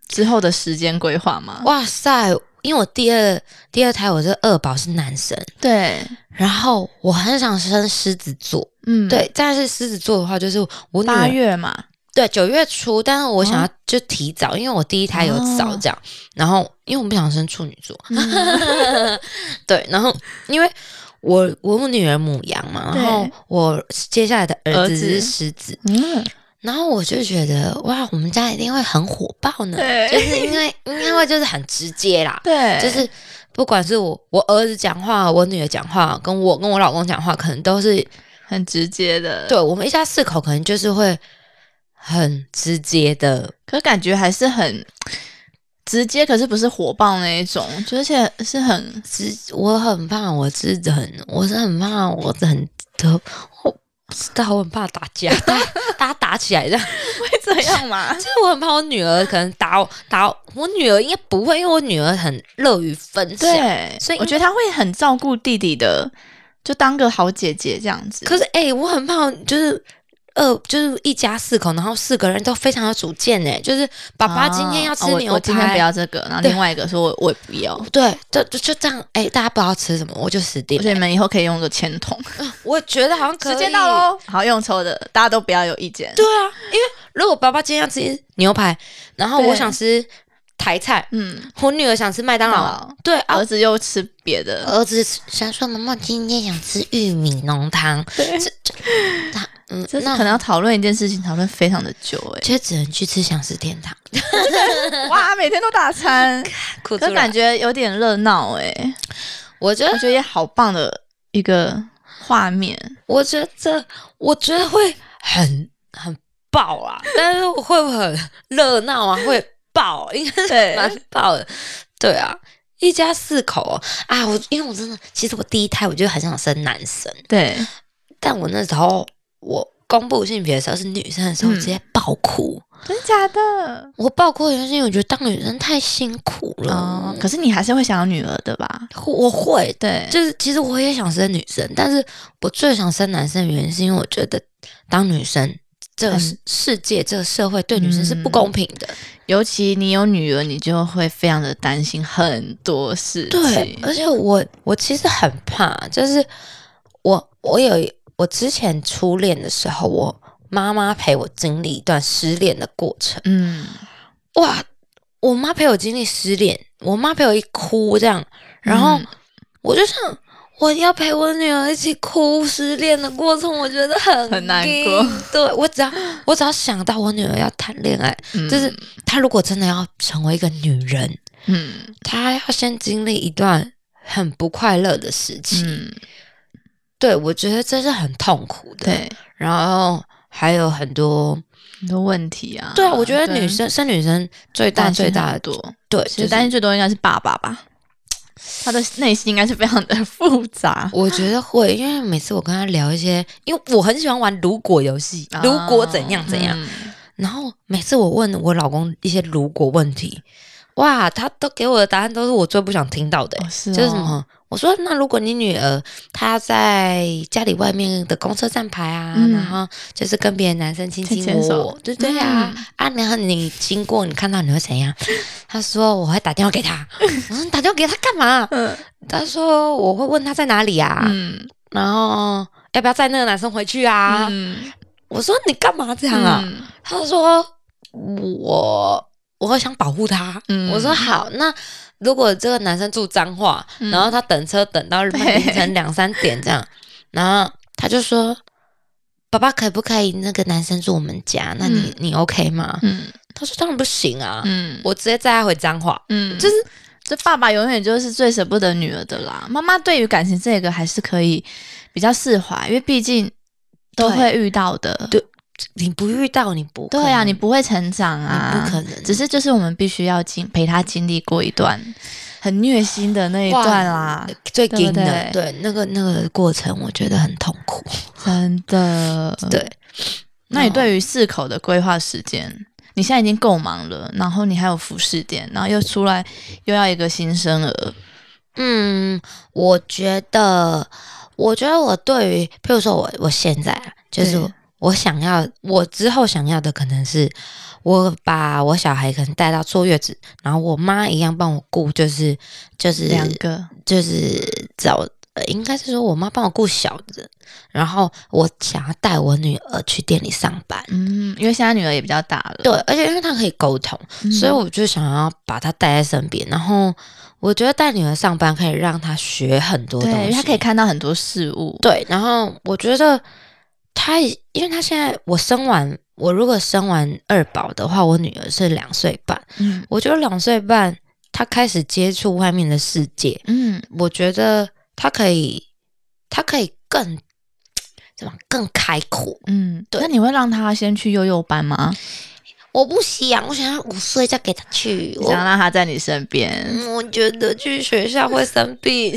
[SPEAKER 2] 之后的时间规划吗？
[SPEAKER 3] 哇塞！因为我第二第二胎我这二宝是男生，
[SPEAKER 2] 对，
[SPEAKER 3] 然后我很想生狮子座，
[SPEAKER 2] 嗯，，
[SPEAKER 3] 对，但是狮子座的话就是我女儿
[SPEAKER 2] 八月嘛，
[SPEAKER 3] 对，九月初，但是我想要就提早，因为我第一胎有
[SPEAKER 2] 哦
[SPEAKER 3] 早这样，然后因为我不想生处女座，
[SPEAKER 2] 嗯
[SPEAKER 3] (laughs) 对，然后因为我我女儿母羊嘛，
[SPEAKER 2] 对
[SPEAKER 3] 然后我接下来的儿
[SPEAKER 2] 儿
[SPEAKER 3] 子
[SPEAKER 2] 子
[SPEAKER 3] 是狮子，
[SPEAKER 2] 嗯，
[SPEAKER 3] 然后我就觉得哇，我们家一定会很火爆呢，
[SPEAKER 2] 对
[SPEAKER 3] 就是因为因为就是很直接啦，
[SPEAKER 2] 对，
[SPEAKER 3] 就是不管是我我儿子讲话，我女儿讲话，跟我跟我老公讲话，可能都是
[SPEAKER 2] 很直接的，
[SPEAKER 3] 对我们一家四口，可能就是会很直接的。
[SPEAKER 2] 可感觉还是很直接，可是不是火爆那一种，就而且是很
[SPEAKER 3] 直，我很怕我是很，我是很怕我很的，我不知道，我很怕打架，大家大家打起来这样。 (laughs)
[SPEAKER 2] 会 (laughs) 这样吗？
[SPEAKER 3] 就是我很怕我女儿可能打我打我，我女儿应该不会，因为我女儿很乐于分享。
[SPEAKER 2] 对，
[SPEAKER 3] 所以
[SPEAKER 2] 我觉得他会很照顾弟弟的，就当个好姐姐这样子。
[SPEAKER 3] 可是哎、欸我很怕就是。呃，就是一家四口，然后四个人都非常有主见哎，就是爸爸
[SPEAKER 2] 啊
[SPEAKER 3] 今天要吃
[SPEAKER 2] 哦我
[SPEAKER 3] 牛排，
[SPEAKER 2] 我今天不要这个，然后
[SPEAKER 3] 对
[SPEAKER 2] 另外一个说我我也不要。
[SPEAKER 3] 对，就就就这样哎、欸大家不知道吃什么，我就死定
[SPEAKER 2] 而且
[SPEAKER 3] 了。
[SPEAKER 2] 你们以后可以用个签筒，
[SPEAKER 3] 我觉得好像可以
[SPEAKER 2] 时间到喽，好用抽的，大家都不要有意见。
[SPEAKER 3] 对啊，因为如果爸爸今天要吃牛排，然后
[SPEAKER 2] 对
[SPEAKER 3] 我想吃台菜，
[SPEAKER 2] 嗯，
[SPEAKER 3] 我女儿想吃麦当
[SPEAKER 2] 麦当
[SPEAKER 3] 劳
[SPEAKER 2] 劳，
[SPEAKER 3] 对啊
[SPEAKER 2] 儿，子又吃别的，
[SPEAKER 3] 儿子想说妈妈今天想吃玉米浓汤，
[SPEAKER 2] 对
[SPEAKER 3] 这这那嗯，
[SPEAKER 2] 这是
[SPEAKER 3] 那
[SPEAKER 2] 可能要讨论一件事情，讨论非常的久
[SPEAKER 3] (laughs)
[SPEAKER 2] 哎、
[SPEAKER 3] 就只能去吃享食天堂，
[SPEAKER 2] 哇，每天都打餐，
[SPEAKER 3] 可啊
[SPEAKER 2] 可感觉有点热闹哎、
[SPEAKER 3] 我觉
[SPEAKER 2] 我
[SPEAKER 3] 得，
[SPEAKER 2] 觉得也好棒的一个画面。
[SPEAKER 3] 我觉得，我觉得会很很爆啊，但是会不会很热闹啊？会爆，应该
[SPEAKER 2] 对
[SPEAKER 3] 是蛮爆的，对啊。一家四口哦啊！我因为我真的，其实我第一胎我就很想生男生，
[SPEAKER 2] 对，
[SPEAKER 3] 但我那时候我公布性别的时候是女生的时候，
[SPEAKER 2] 嗯
[SPEAKER 3] 我直接爆哭。
[SPEAKER 2] 真假的
[SPEAKER 3] 我爆哭的原因是因为我觉得当女生太辛苦了。
[SPEAKER 2] 哦，可是你还是会想要女儿的吧？
[SPEAKER 3] 我会，
[SPEAKER 2] 对，
[SPEAKER 3] 就是其实我也想生女生，但是我最想生男生的原因是因为我觉得当女生。这个
[SPEAKER 2] 嗯
[SPEAKER 3] 世世界、这个社会对女生是不公平的，
[SPEAKER 2] 尤其你有女儿，你就会非常的担心很多事
[SPEAKER 3] 对
[SPEAKER 2] 情。。
[SPEAKER 3] 而且我我其实很怕，就是我我有一我之前初恋的时候，我妈妈陪我经历一段失恋的过程，
[SPEAKER 2] 嗯，
[SPEAKER 3] 哇，我妈陪我经历失恋，我妈陪我一哭这样，然后
[SPEAKER 2] 嗯
[SPEAKER 3] 我就想我要陪我女儿一起哭失恋的过程，我觉得很
[SPEAKER 2] 很难
[SPEAKER 3] 硬
[SPEAKER 2] 过。
[SPEAKER 3] 对我只要我只要想到我女儿要谈恋爱，
[SPEAKER 2] 嗯
[SPEAKER 3] 就是她如果真的要成为一个女人，
[SPEAKER 2] 嗯
[SPEAKER 3] 她要先经历一段很不快乐的时期。
[SPEAKER 2] 嗯，
[SPEAKER 3] 对我觉得这是很痛苦的。
[SPEAKER 2] 对，
[SPEAKER 3] 然后还有很多，
[SPEAKER 2] 很多问题啊。
[SPEAKER 3] 对啊，我觉得
[SPEAKER 2] 对
[SPEAKER 3] 女生生女生最大
[SPEAKER 2] 担心
[SPEAKER 3] 最大
[SPEAKER 2] 很
[SPEAKER 3] 的
[SPEAKER 2] 多，
[SPEAKER 3] 对，
[SPEAKER 2] 其
[SPEAKER 3] 就
[SPEAKER 2] 实担
[SPEAKER 3] 是
[SPEAKER 2] 心最多应该是爸爸吧，他的内心应该是非常的复杂。
[SPEAKER 3] 我觉得会，因为每次我跟她聊一些，因为我很喜欢玩如果游戏， (laughs)
[SPEAKER 2] 啊
[SPEAKER 3] 如果怎样怎样，
[SPEAKER 2] 嗯
[SPEAKER 3] 然后每次我问我老公一些如果问题，哇，他都给我的答案都是我最不想听到的、欸
[SPEAKER 2] 哦是
[SPEAKER 3] 就是什
[SPEAKER 2] 哦
[SPEAKER 3] 么？我说，那如果你女儿她在家里外面的公车站牌啊，
[SPEAKER 2] 嗯
[SPEAKER 3] 然后就是跟别的男生亲
[SPEAKER 2] 牵
[SPEAKER 3] 亲
[SPEAKER 2] 牵
[SPEAKER 3] 我
[SPEAKER 2] 手
[SPEAKER 3] 我，对对啊，
[SPEAKER 2] 嗯
[SPEAKER 3] 啊，然后你经过，你看到你会怎样？他说我会打电话给
[SPEAKER 2] (laughs)
[SPEAKER 3] 他。我说你打电话给他干嘛？
[SPEAKER 2] 嗯
[SPEAKER 3] 他说我会问他在哪里啊，
[SPEAKER 2] 嗯
[SPEAKER 3] 然后要不要载那个男生回去啊？
[SPEAKER 2] 嗯
[SPEAKER 3] 我说你干嘛这样啊？
[SPEAKER 2] 嗯
[SPEAKER 3] 他说我我好想保护他。
[SPEAKER 2] 嗯
[SPEAKER 3] 我说好，那如果这个男生住彰化，
[SPEAKER 2] 嗯
[SPEAKER 3] 然后他等车等到
[SPEAKER 2] 对
[SPEAKER 3] 凌晨两三点这样，然后他就说。爸爸可不可以？那个男生住我们家，那你、你 OK 吗？
[SPEAKER 2] 嗯
[SPEAKER 3] 他说当然不行啊，
[SPEAKER 2] 嗯
[SPEAKER 3] 我直接载他回彰化。
[SPEAKER 2] 嗯，
[SPEAKER 3] 就是
[SPEAKER 2] 这爸爸永远就是最舍不得女儿的啦。妈妈对于感情这个还是可以比较释怀，因为毕竟都
[SPEAKER 3] 对
[SPEAKER 2] 会遇到的。
[SPEAKER 3] 对你不遇到，你不
[SPEAKER 2] 对
[SPEAKER 3] 可
[SPEAKER 2] 啊，
[SPEAKER 3] 能
[SPEAKER 2] 你不会成长啊，
[SPEAKER 3] 你不可能
[SPEAKER 2] 只是就是我们必须要经陪他经历过一段很虐心的那一段啦，
[SPEAKER 3] 最
[SPEAKER 2] 对不
[SPEAKER 3] 惊的，
[SPEAKER 2] 对
[SPEAKER 3] 对那个那个过程，我觉得很痛苦。
[SPEAKER 2] 真的。
[SPEAKER 3] 对，
[SPEAKER 2] 那你对于四口的规划时间，你现在已经够忙了，然后你还有服饰店，然后又出来又要一个新生儿，
[SPEAKER 3] 嗯，我觉得，我觉得我对于，譬如说我我现在啊就是
[SPEAKER 2] 对
[SPEAKER 3] 我想要，我之后想要的可能是，我把我小孩可能带到坐月子，然后我妈一样帮我顾，就是就是
[SPEAKER 2] 两个，
[SPEAKER 3] 就是找，呃应该是说我妈帮我顾小的，然后我想要带我女儿去店里上班。
[SPEAKER 2] 嗯，因为现在女儿也比较大了，
[SPEAKER 3] 对，而且因为她可以沟通，
[SPEAKER 2] 嗯
[SPEAKER 3] 所以我就想要把她带在身边。然后我觉得带女儿上班可以让她学很多
[SPEAKER 2] 对，
[SPEAKER 3] 东
[SPEAKER 2] 因为
[SPEAKER 3] 西，
[SPEAKER 2] 她可以看到很多事物，
[SPEAKER 3] 对。然后我觉得她，因为她现在我生完，我如果生完二宝的话，我女儿是两岁半，
[SPEAKER 2] 嗯
[SPEAKER 3] 我觉得两岁半她开始接触外面的世界，
[SPEAKER 2] 嗯
[SPEAKER 3] 我觉得她可以，她可以更怎么样更开阔。
[SPEAKER 2] 嗯，
[SPEAKER 3] 对
[SPEAKER 2] 那你会让她先去幼幼班吗？
[SPEAKER 3] 我不想，我想要五岁再给她去。
[SPEAKER 2] 你
[SPEAKER 3] 我
[SPEAKER 2] 想让她在你身边，
[SPEAKER 3] 嗯，我觉得去学校会生病。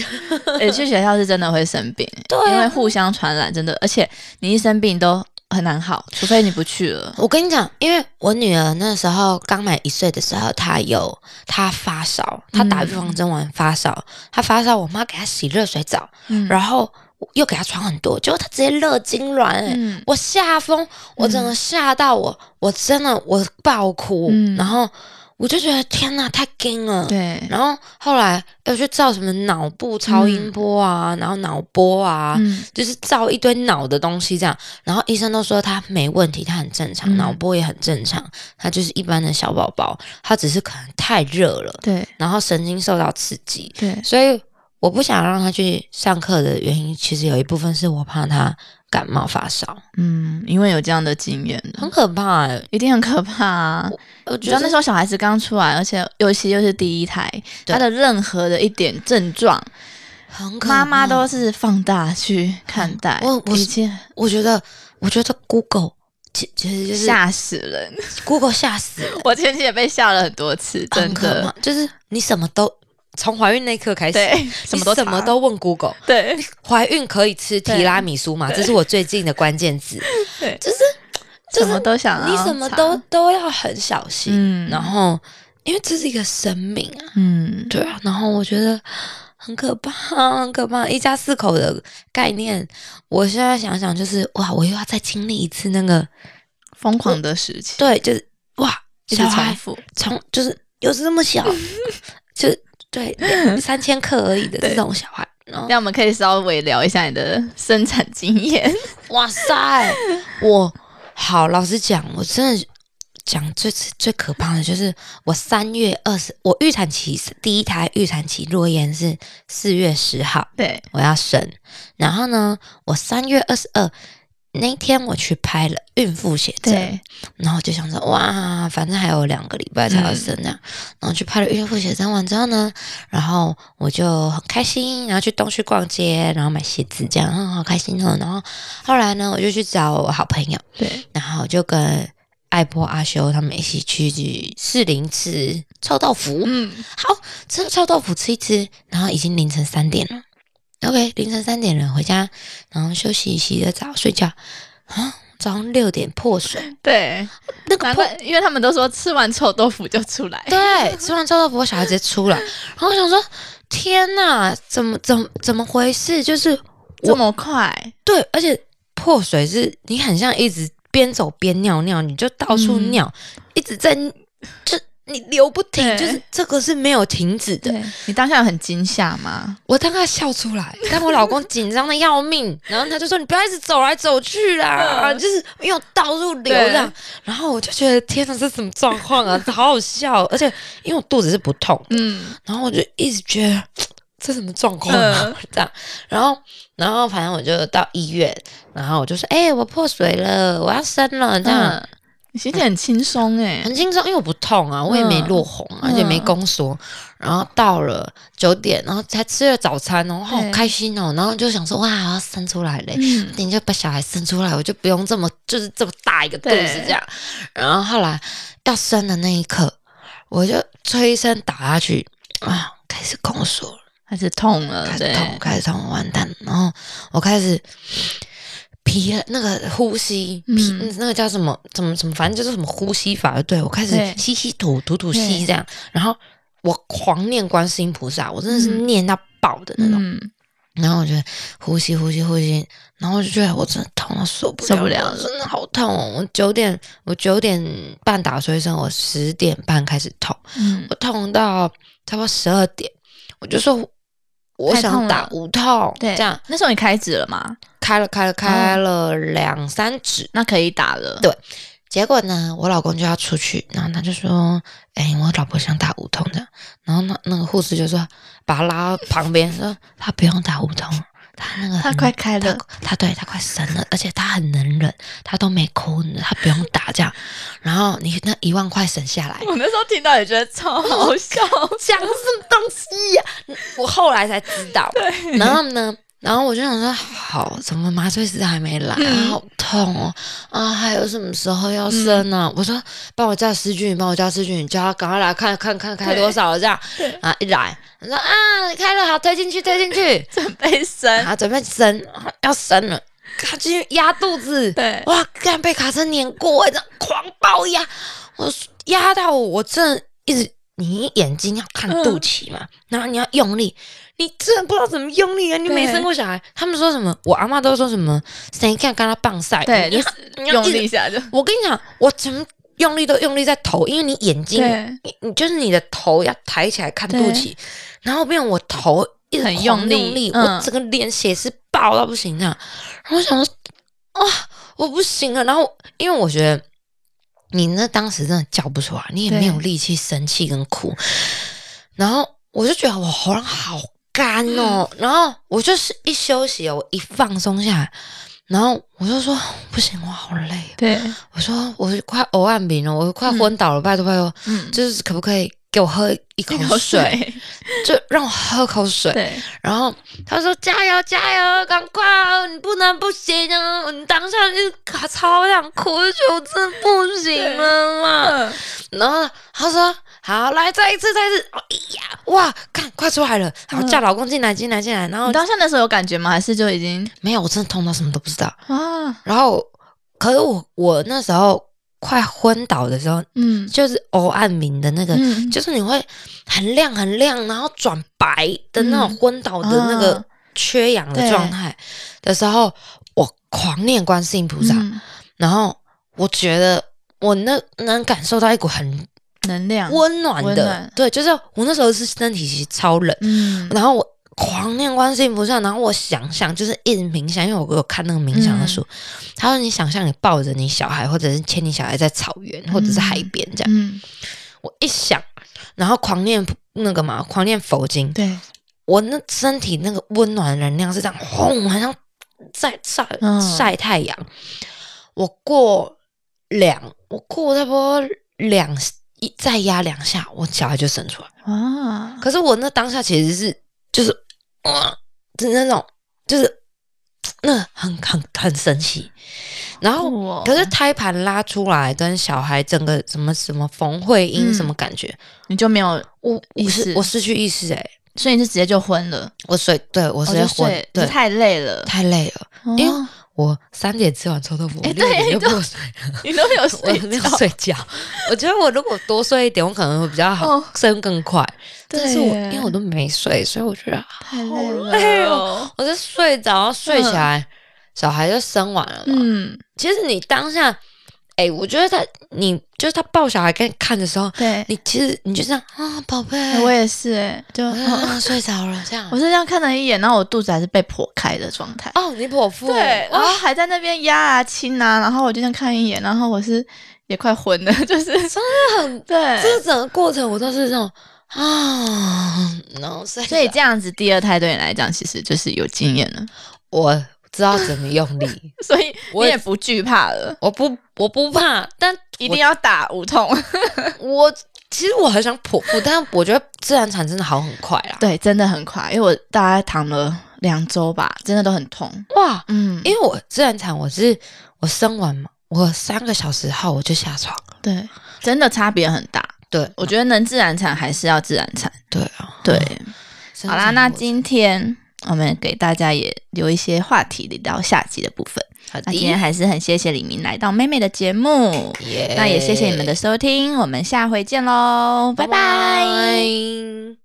[SPEAKER 2] 也去学校是真的会生病，
[SPEAKER 3] (laughs) 对
[SPEAKER 2] 因为
[SPEAKER 3] 啊，
[SPEAKER 2] 互相传染，真的，而且你一生病都很难好，除非你不去了。
[SPEAKER 3] (laughs) 我跟你讲，因为我女儿那时候刚满一岁的时候，她有她发烧，她打预防针完发烧，她发烧，我妈给她洗热水澡，
[SPEAKER 2] 嗯
[SPEAKER 3] 然后又给她穿很多，结果她直接热痉挛、欸，
[SPEAKER 2] 嗯
[SPEAKER 3] 我吓疯，我真的吓到我，我真的我爆哭，
[SPEAKER 2] 嗯
[SPEAKER 3] 然后我就觉得天哪，太惊了。
[SPEAKER 2] 对，
[SPEAKER 3] 然后后来又去照什么脑部超音波啊，然后脑波啊，
[SPEAKER 2] 嗯
[SPEAKER 3] 就是照一堆脑的东西这样，然后医生都说他没问题，他很正常，
[SPEAKER 2] 嗯
[SPEAKER 3] 脑波也很正常，他就是一般的小宝宝，他只是可能太热了，
[SPEAKER 2] 对
[SPEAKER 3] 然后神经受到刺激，
[SPEAKER 2] 对，
[SPEAKER 3] 所以我不想让他去上课的原因，其实有一部分是我怕他感冒发烧，
[SPEAKER 2] 嗯，因为有这样的经验，
[SPEAKER 3] 很可怕、欸。
[SPEAKER 2] 一定很可怕啊！
[SPEAKER 3] 我
[SPEAKER 2] 你知
[SPEAKER 3] 觉
[SPEAKER 2] 道
[SPEAKER 3] 得
[SPEAKER 2] 那时候小孩子刚出来，而且尤其又是第一胎，
[SPEAKER 3] 对
[SPEAKER 2] 他的任何的一点症状，
[SPEAKER 3] 很可怕，
[SPEAKER 2] 妈妈都是放大去看待，
[SPEAKER 3] 我我
[SPEAKER 2] 已经
[SPEAKER 3] 我觉得，我觉得 Google 其其实就是
[SPEAKER 2] 吓死人。 (laughs)
[SPEAKER 3] Google 吓死人，
[SPEAKER 2] 我前期也被吓了很多次， (laughs) 真
[SPEAKER 3] 很可怕
[SPEAKER 2] 的，，
[SPEAKER 3] 就是你什么都从怀孕那一刻开始，
[SPEAKER 2] 对，
[SPEAKER 3] 你
[SPEAKER 2] 哎什么都
[SPEAKER 3] 什
[SPEAKER 2] 查
[SPEAKER 3] 么都问 Google。
[SPEAKER 2] 对
[SPEAKER 3] 怀孕可以吃提拉米苏吗？这是我最近的关键 (laughs) 字，
[SPEAKER 2] 对，
[SPEAKER 3] 就是就
[SPEAKER 2] 什
[SPEAKER 3] 是
[SPEAKER 2] 么都想要
[SPEAKER 3] 你
[SPEAKER 2] 查，
[SPEAKER 3] 什么都都要很小心。
[SPEAKER 2] 嗯，
[SPEAKER 3] 然后，因为这是一个生命啊，
[SPEAKER 2] 嗯，
[SPEAKER 3] 对啊，然后我觉得很可怕，很可怕。一家四口的概念，我现在想想就是哇，我又要再经历一次那个，
[SPEAKER 2] 疯狂的时期，
[SPEAKER 3] 对，就是哇，
[SPEAKER 2] 一直
[SPEAKER 3] 小
[SPEAKER 2] 重
[SPEAKER 3] 孩
[SPEAKER 2] 复，
[SPEAKER 3] 从就是又是这么 (laughs) 小，就对三千克而已的这种小孩，然后
[SPEAKER 2] 那我们可以稍微聊一下你的生产 (laughs) 经验，
[SPEAKER 3] (laughs) 哇塞，我好老实讲，我真的讲最最可怕的就是我三月二十，我预产期第一胎预产期落验是四月十号，
[SPEAKER 2] 对，
[SPEAKER 3] 我要生。然后呢，我三月二十二那天我去拍了孕妇写真，
[SPEAKER 2] 对，
[SPEAKER 3] 然后就想着哇，反正还有两个礼拜才要生这样，然后去拍了孕妇写真完之后呢，然后我就很开心，然后去东区逛街，然后买鞋子这样，嗯，好开心哦。然后后来呢，我就去找我好朋友，
[SPEAKER 2] 对，
[SPEAKER 3] 然后就跟艾波、阿修他们一起去士林吃臭豆腐。
[SPEAKER 2] 嗯，
[SPEAKER 3] 好，吃了臭豆腐吃一吃，然后已经凌晨三点了。OK，凌晨三点了，回家，然后休息，洗个澡，睡觉。啊，早上六点破水，
[SPEAKER 2] 对，
[SPEAKER 3] 那个
[SPEAKER 2] 难
[SPEAKER 3] 破
[SPEAKER 2] 怪，因为他们都说吃完臭豆腐就出来，
[SPEAKER 3] 哎对，吃完臭豆腐，我小孩直接出来。然后我想说，天哪，怎么怎么怎么回事？就是
[SPEAKER 2] (laughs) 这么快，
[SPEAKER 3] 对，而且破水是你很像一直边走边尿尿，你就到处
[SPEAKER 2] 嗯
[SPEAKER 3] 尿，一直在就你流不停，
[SPEAKER 2] 对
[SPEAKER 3] 就是这个是没有停止的。
[SPEAKER 2] 对你当下有很惊吓吗？
[SPEAKER 3] 我当他笑出
[SPEAKER 2] (laughs)
[SPEAKER 3] 来，但我老公紧张的要命，然后他就说：“你不要一直走来走去啦，
[SPEAKER 2] 嗯
[SPEAKER 3] 就是因为我到处流
[SPEAKER 2] 对
[SPEAKER 3] 浪。”然后我就觉得天哪，这什么状况啊？好好笑，而且因为我肚子是不痛的，
[SPEAKER 2] 嗯，
[SPEAKER 3] 然后我就一直觉得这什么状况啊
[SPEAKER 2] 嗯？
[SPEAKER 3] (laughs) 这样，然后然后反正我就到医院，然后我就说：“哎、我破水了，我要生了。”这样、
[SPEAKER 2] 嗯，你心情很轻松哎，
[SPEAKER 3] 很轻松，因为我不痛啊，我也没落红、啊，
[SPEAKER 2] 嗯
[SPEAKER 3] 而且没宫缩。然后到了九点，然后才吃了早餐哦，好
[SPEAKER 2] 对
[SPEAKER 3] 开心哦。然后就想说哇，我要生出来嘞！
[SPEAKER 2] 嗯，
[SPEAKER 3] 你就把小孩生出来，我就不用这么就是这么大一个肚子这样。然后后来要生的那一刻，我就催生打下去啊，开始宫缩了，
[SPEAKER 2] 开始痛了，
[SPEAKER 3] 开始
[SPEAKER 2] 对，
[SPEAKER 3] 痛，开始痛，完蛋。然后我开始疲了，那个呼吸疲、
[SPEAKER 2] 嗯
[SPEAKER 3] 那个叫什么怎么怎么，反正就是什么呼吸法，对我开始
[SPEAKER 2] 对
[SPEAKER 3] 吸吸吐吐吐
[SPEAKER 2] 对
[SPEAKER 3] 吸这样，然后我狂念观世音菩萨，我真的是
[SPEAKER 2] 嗯
[SPEAKER 3] 念到爆的那种。
[SPEAKER 2] 嗯，
[SPEAKER 3] 然后我觉得呼吸呼吸呼吸，然后我就觉得我真的痛到受不了，
[SPEAKER 2] 受不了了
[SPEAKER 3] 真的好痛、哦。我九点我九点半打催生，我十点半开始痛，
[SPEAKER 2] 嗯，
[SPEAKER 3] 我痛到差不多十二点，我就说我
[SPEAKER 2] 太痛
[SPEAKER 3] 想
[SPEAKER 2] 了
[SPEAKER 3] 打无痛，
[SPEAKER 2] 对，嗯
[SPEAKER 3] 这样。
[SPEAKER 2] 那时候你开指了吗？
[SPEAKER 3] 开了开了开了两三指，
[SPEAKER 2] 那可以打了，
[SPEAKER 3] 对结果呢，我老公就要出去，然后他就说：“哎、我老婆想打无痛的。”然后那那个护士就说：“把她拉到旁边，说她不用打无痛，她那个
[SPEAKER 2] 他
[SPEAKER 3] 很
[SPEAKER 2] 快开
[SPEAKER 3] 她
[SPEAKER 2] 了，
[SPEAKER 3] 她对她快生了，而且她很能忍，她都没哭呢，她不用打这样。然后你那一万块省下来，
[SPEAKER 2] 我那时候听到也觉得超好 (laughs) 笑，
[SPEAKER 3] 讲什么东西呀、 (laughs) 我后来才知道。然后呢，然后我就想说，好，怎么麻醉师还没来？
[SPEAKER 2] 嗯
[SPEAKER 3] 好痛哦！啊，还有什么时候要生
[SPEAKER 2] 嗯
[SPEAKER 3] 呢、我说，帮我叫思俊，帮我叫思俊，叫他赶快来看看看开
[SPEAKER 2] 对
[SPEAKER 3] 多少了这样
[SPEAKER 2] 对。
[SPEAKER 3] 啊，一来，他说啊，开了，好，推进去，推进去。
[SPEAKER 2] 准备生，
[SPEAKER 3] 啊，准备生，啊要生了，他继续压肚子。
[SPEAKER 2] 对，
[SPEAKER 3] 哇，干被卡车碾过，这样狂暴压，我压到我，我真的一直，你眼睛要看
[SPEAKER 2] 嗯
[SPEAKER 3] 肚脐嘛，然后你要用力，你真的不知道怎么用力啊！你
[SPEAKER 2] 对
[SPEAKER 3] 没生过小孩，他们说什么？我阿妈都说什么？谁敢跟他棒晒？
[SPEAKER 2] 对，就
[SPEAKER 3] 你要
[SPEAKER 2] 是
[SPEAKER 3] 你要
[SPEAKER 2] 用
[SPEAKER 3] 一直
[SPEAKER 2] 力一下就，
[SPEAKER 3] 我跟你讲，我怎么用力都用力在头，因为你眼睛，
[SPEAKER 2] 对，
[SPEAKER 3] 你你就是你的头要抬起来看肚
[SPEAKER 2] 对
[SPEAKER 3] 脐，然后变成我头一直
[SPEAKER 2] 很
[SPEAKER 3] 狂
[SPEAKER 2] 用
[SPEAKER 3] 用
[SPEAKER 2] 力嗯
[SPEAKER 3] 我整个脸血是爆到不行这样。然后我想说，啊、我不行了。然后因为我觉得你那当时真的叫不出来，你也
[SPEAKER 2] 对
[SPEAKER 3] 没有力气生气跟哭。然后我就觉得我喉咙好干哦，
[SPEAKER 2] 嗯
[SPEAKER 3] 然后我就是一休息哦，我一放松下来，然后我就说不行，我好累哦。
[SPEAKER 2] 对，
[SPEAKER 3] 我说我快呕暗病了，我快昏倒了，拜托拜托，
[SPEAKER 2] 嗯，
[SPEAKER 3] 就是可不可以给我喝一口
[SPEAKER 2] 一口
[SPEAKER 3] 水，
[SPEAKER 2] 水，
[SPEAKER 3] 就让我喝口水。
[SPEAKER 2] (laughs) 对，
[SPEAKER 3] 然后他说加油加油，赶快哦，你不能不行啊！你当下就是卡超想哭，就觉得我真的不行了嘛。
[SPEAKER 2] (laughs) 嗯，
[SPEAKER 3] 然后他说好，来再一次再一次，哦、哎呀哇，看快出来了，然后叫老公进来进来进来，然后
[SPEAKER 2] 你当下那时候有感觉吗？还是就已经
[SPEAKER 3] 没有，我真的痛到什么都不知道。
[SPEAKER 2] 啊，
[SPEAKER 3] 然后可是我我那时候快昏倒的时候，
[SPEAKER 2] 嗯
[SPEAKER 3] 就是偶暗明的那个，
[SPEAKER 2] 嗯，
[SPEAKER 3] 就是你会很亮很亮，然后转白的那种
[SPEAKER 2] 嗯
[SPEAKER 3] 昏倒的那
[SPEAKER 2] 啊
[SPEAKER 3] 个缺氧的状态的时候，我狂念观世音菩萨，
[SPEAKER 2] 嗯
[SPEAKER 3] 然后我觉得我那能感受到一股很
[SPEAKER 2] 能量，
[SPEAKER 3] 温暖的，
[SPEAKER 2] 嗯温暖
[SPEAKER 3] 对，就是我那时候是身体其实超冷，
[SPEAKER 2] 嗯，
[SPEAKER 3] 然后我狂念观世音菩萨，然后我想象就是一直冥想，因为我有看那个冥
[SPEAKER 2] 嗯
[SPEAKER 3] 想的书，他说你想象你抱着你小孩，或者是牵你小孩在草原，或者是海边这样。
[SPEAKER 2] 嗯，
[SPEAKER 3] 我一想，然后狂念那个嘛，狂念佛经，
[SPEAKER 2] 对，
[SPEAKER 3] 我那身体那个温暖能量是这样轰，好像在晒
[SPEAKER 2] 嗯
[SPEAKER 3] 晒太阳。我过两，我过差不多两一再压两下，我小孩就生出来。
[SPEAKER 2] 哇，
[SPEAKER 3] 可是我那当下其实是就是哇，就是那种就是那很很很神奇。然后，
[SPEAKER 2] 酷哦
[SPEAKER 3] 可是胎盘拉出来跟小孩整个什么什么缝会阴
[SPEAKER 2] 嗯
[SPEAKER 3] 什么感觉，
[SPEAKER 2] 你就没有，
[SPEAKER 3] 我
[SPEAKER 2] 意
[SPEAKER 3] 我
[SPEAKER 2] 识
[SPEAKER 3] 是我失去意识哎、
[SPEAKER 2] 所以你是直接就昏了，
[SPEAKER 3] 我睡对我
[SPEAKER 2] 我
[SPEAKER 3] 直接昏，
[SPEAKER 2] 哦就
[SPEAKER 3] 对
[SPEAKER 2] 太累了，哦
[SPEAKER 3] 太累了。
[SPEAKER 2] 因
[SPEAKER 3] 因为我三点吃完臭豆腐，
[SPEAKER 2] 哎
[SPEAKER 3] 我六
[SPEAKER 2] 对
[SPEAKER 3] 点就
[SPEAKER 2] 对 (laughs)
[SPEAKER 3] 过睡了，
[SPEAKER 2] 你都没有
[SPEAKER 3] 我
[SPEAKER 2] 睡
[SPEAKER 3] 没有
[SPEAKER 2] 觉
[SPEAKER 3] 睡觉。我觉得我如果多睡一点，我可能会比较好
[SPEAKER 2] 哦，
[SPEAKER 3] 生更快。但是
[SPEAKER 2] 对
[SPEAKER 3] 我
[SPEAKER 2] 耶嗯
[SPEAKER 3] 因为我都没睡，所以我觉得
[SPEAKER 2] 太
[SPEAKER 3] 好
[SPEAKER 2] 哎
[SPEAKER 3] 累哦，我是睡着，然后睡起来，小孩就生完了嘛。
[SPEAKER 2] 嗯，
[SPEAKER 3] 其实你当下，哎、我觉得他，你就是他抱小孩跟你看的时候，
[SPEAKER 2] 对，
[SPEAKER 3] 你其实你就这样啊，宝贝，
[SPEAKER 2] 我也是哎，就
[SPEAKER 3] 啊睡着了这样
[SPEAKER 2] 我。是这样看了一眼，然后我肚子还是被剖开的状态。
[SPEAKER 3] 哦，你剖腹
[SPEAKER 2] 对，然
[SPEAKER 3] 啊
[SPEAKER 2] 后还在那边压啊、亲啊，然后我就这样看一眼，然后我是也快昏了， (laughs) 就是
[SPEAKER 3] 很
[SPEAKER 2] 对，
[SPEAKER 3] 这整个过程我都是这种啊，然后睡着。
[SPEAKER 2] 所以这样子第二胎对你来讲其实就是有经验了，
[SPEAKER 3] (laughs) 我知道怎么用力，
[SPEAKER 2] (laughs) 所以你
[SPEAKER 3] 我
[SPEAKER 2] 也不惧怕了，
[SPEAKER 3] (laughs) 我不我不怕，但
[SPEAKER 2] 一定要打无 (laughs) 痛。
[SPEAKER 3] 我我其实我很想剖腹，但我觉得自然产真的好很快啦。
[SPEAKER 2] 对，真的很快，因为我大概躺了两周吧，真的都很痛。
[SPEAKER 3] 哇，
[SPEAKER 2] 嗯，
[SPEAKER 3] 因为我自然产我是我生完嘛，我三个小时后我就下床。
[SPEAKER 2] 对，真的差别很大。
[SPEAKER 3] 对，
[SPEAKER 2] 我觉得能自然产还是要自然产。
[SPEAKER 3] 对啊，
[SPEAKER 2] 对，
[SPEAKER 3] 生
[SPEAKER 2] 好
[SPEAKER 3] 产
[SPEAKER 2] 啦，那
[SPEAKER 3] 过程
[SPEAKER 2] 今天我们给大家也留一些话题聊到下集的部分。
[SPEAKER 3] 好
[SPEAKER 2] 那今天
[SPEAKER 3] 的，
[SPEAKER 2] 还是很谢谢李明来到妹妹的节目，
[SPEAKER 3] 耶
[SPEAKER 2] 那也谢谢你们的收听，我们下回见喽，拜拜
[SPEAKER 3] 拜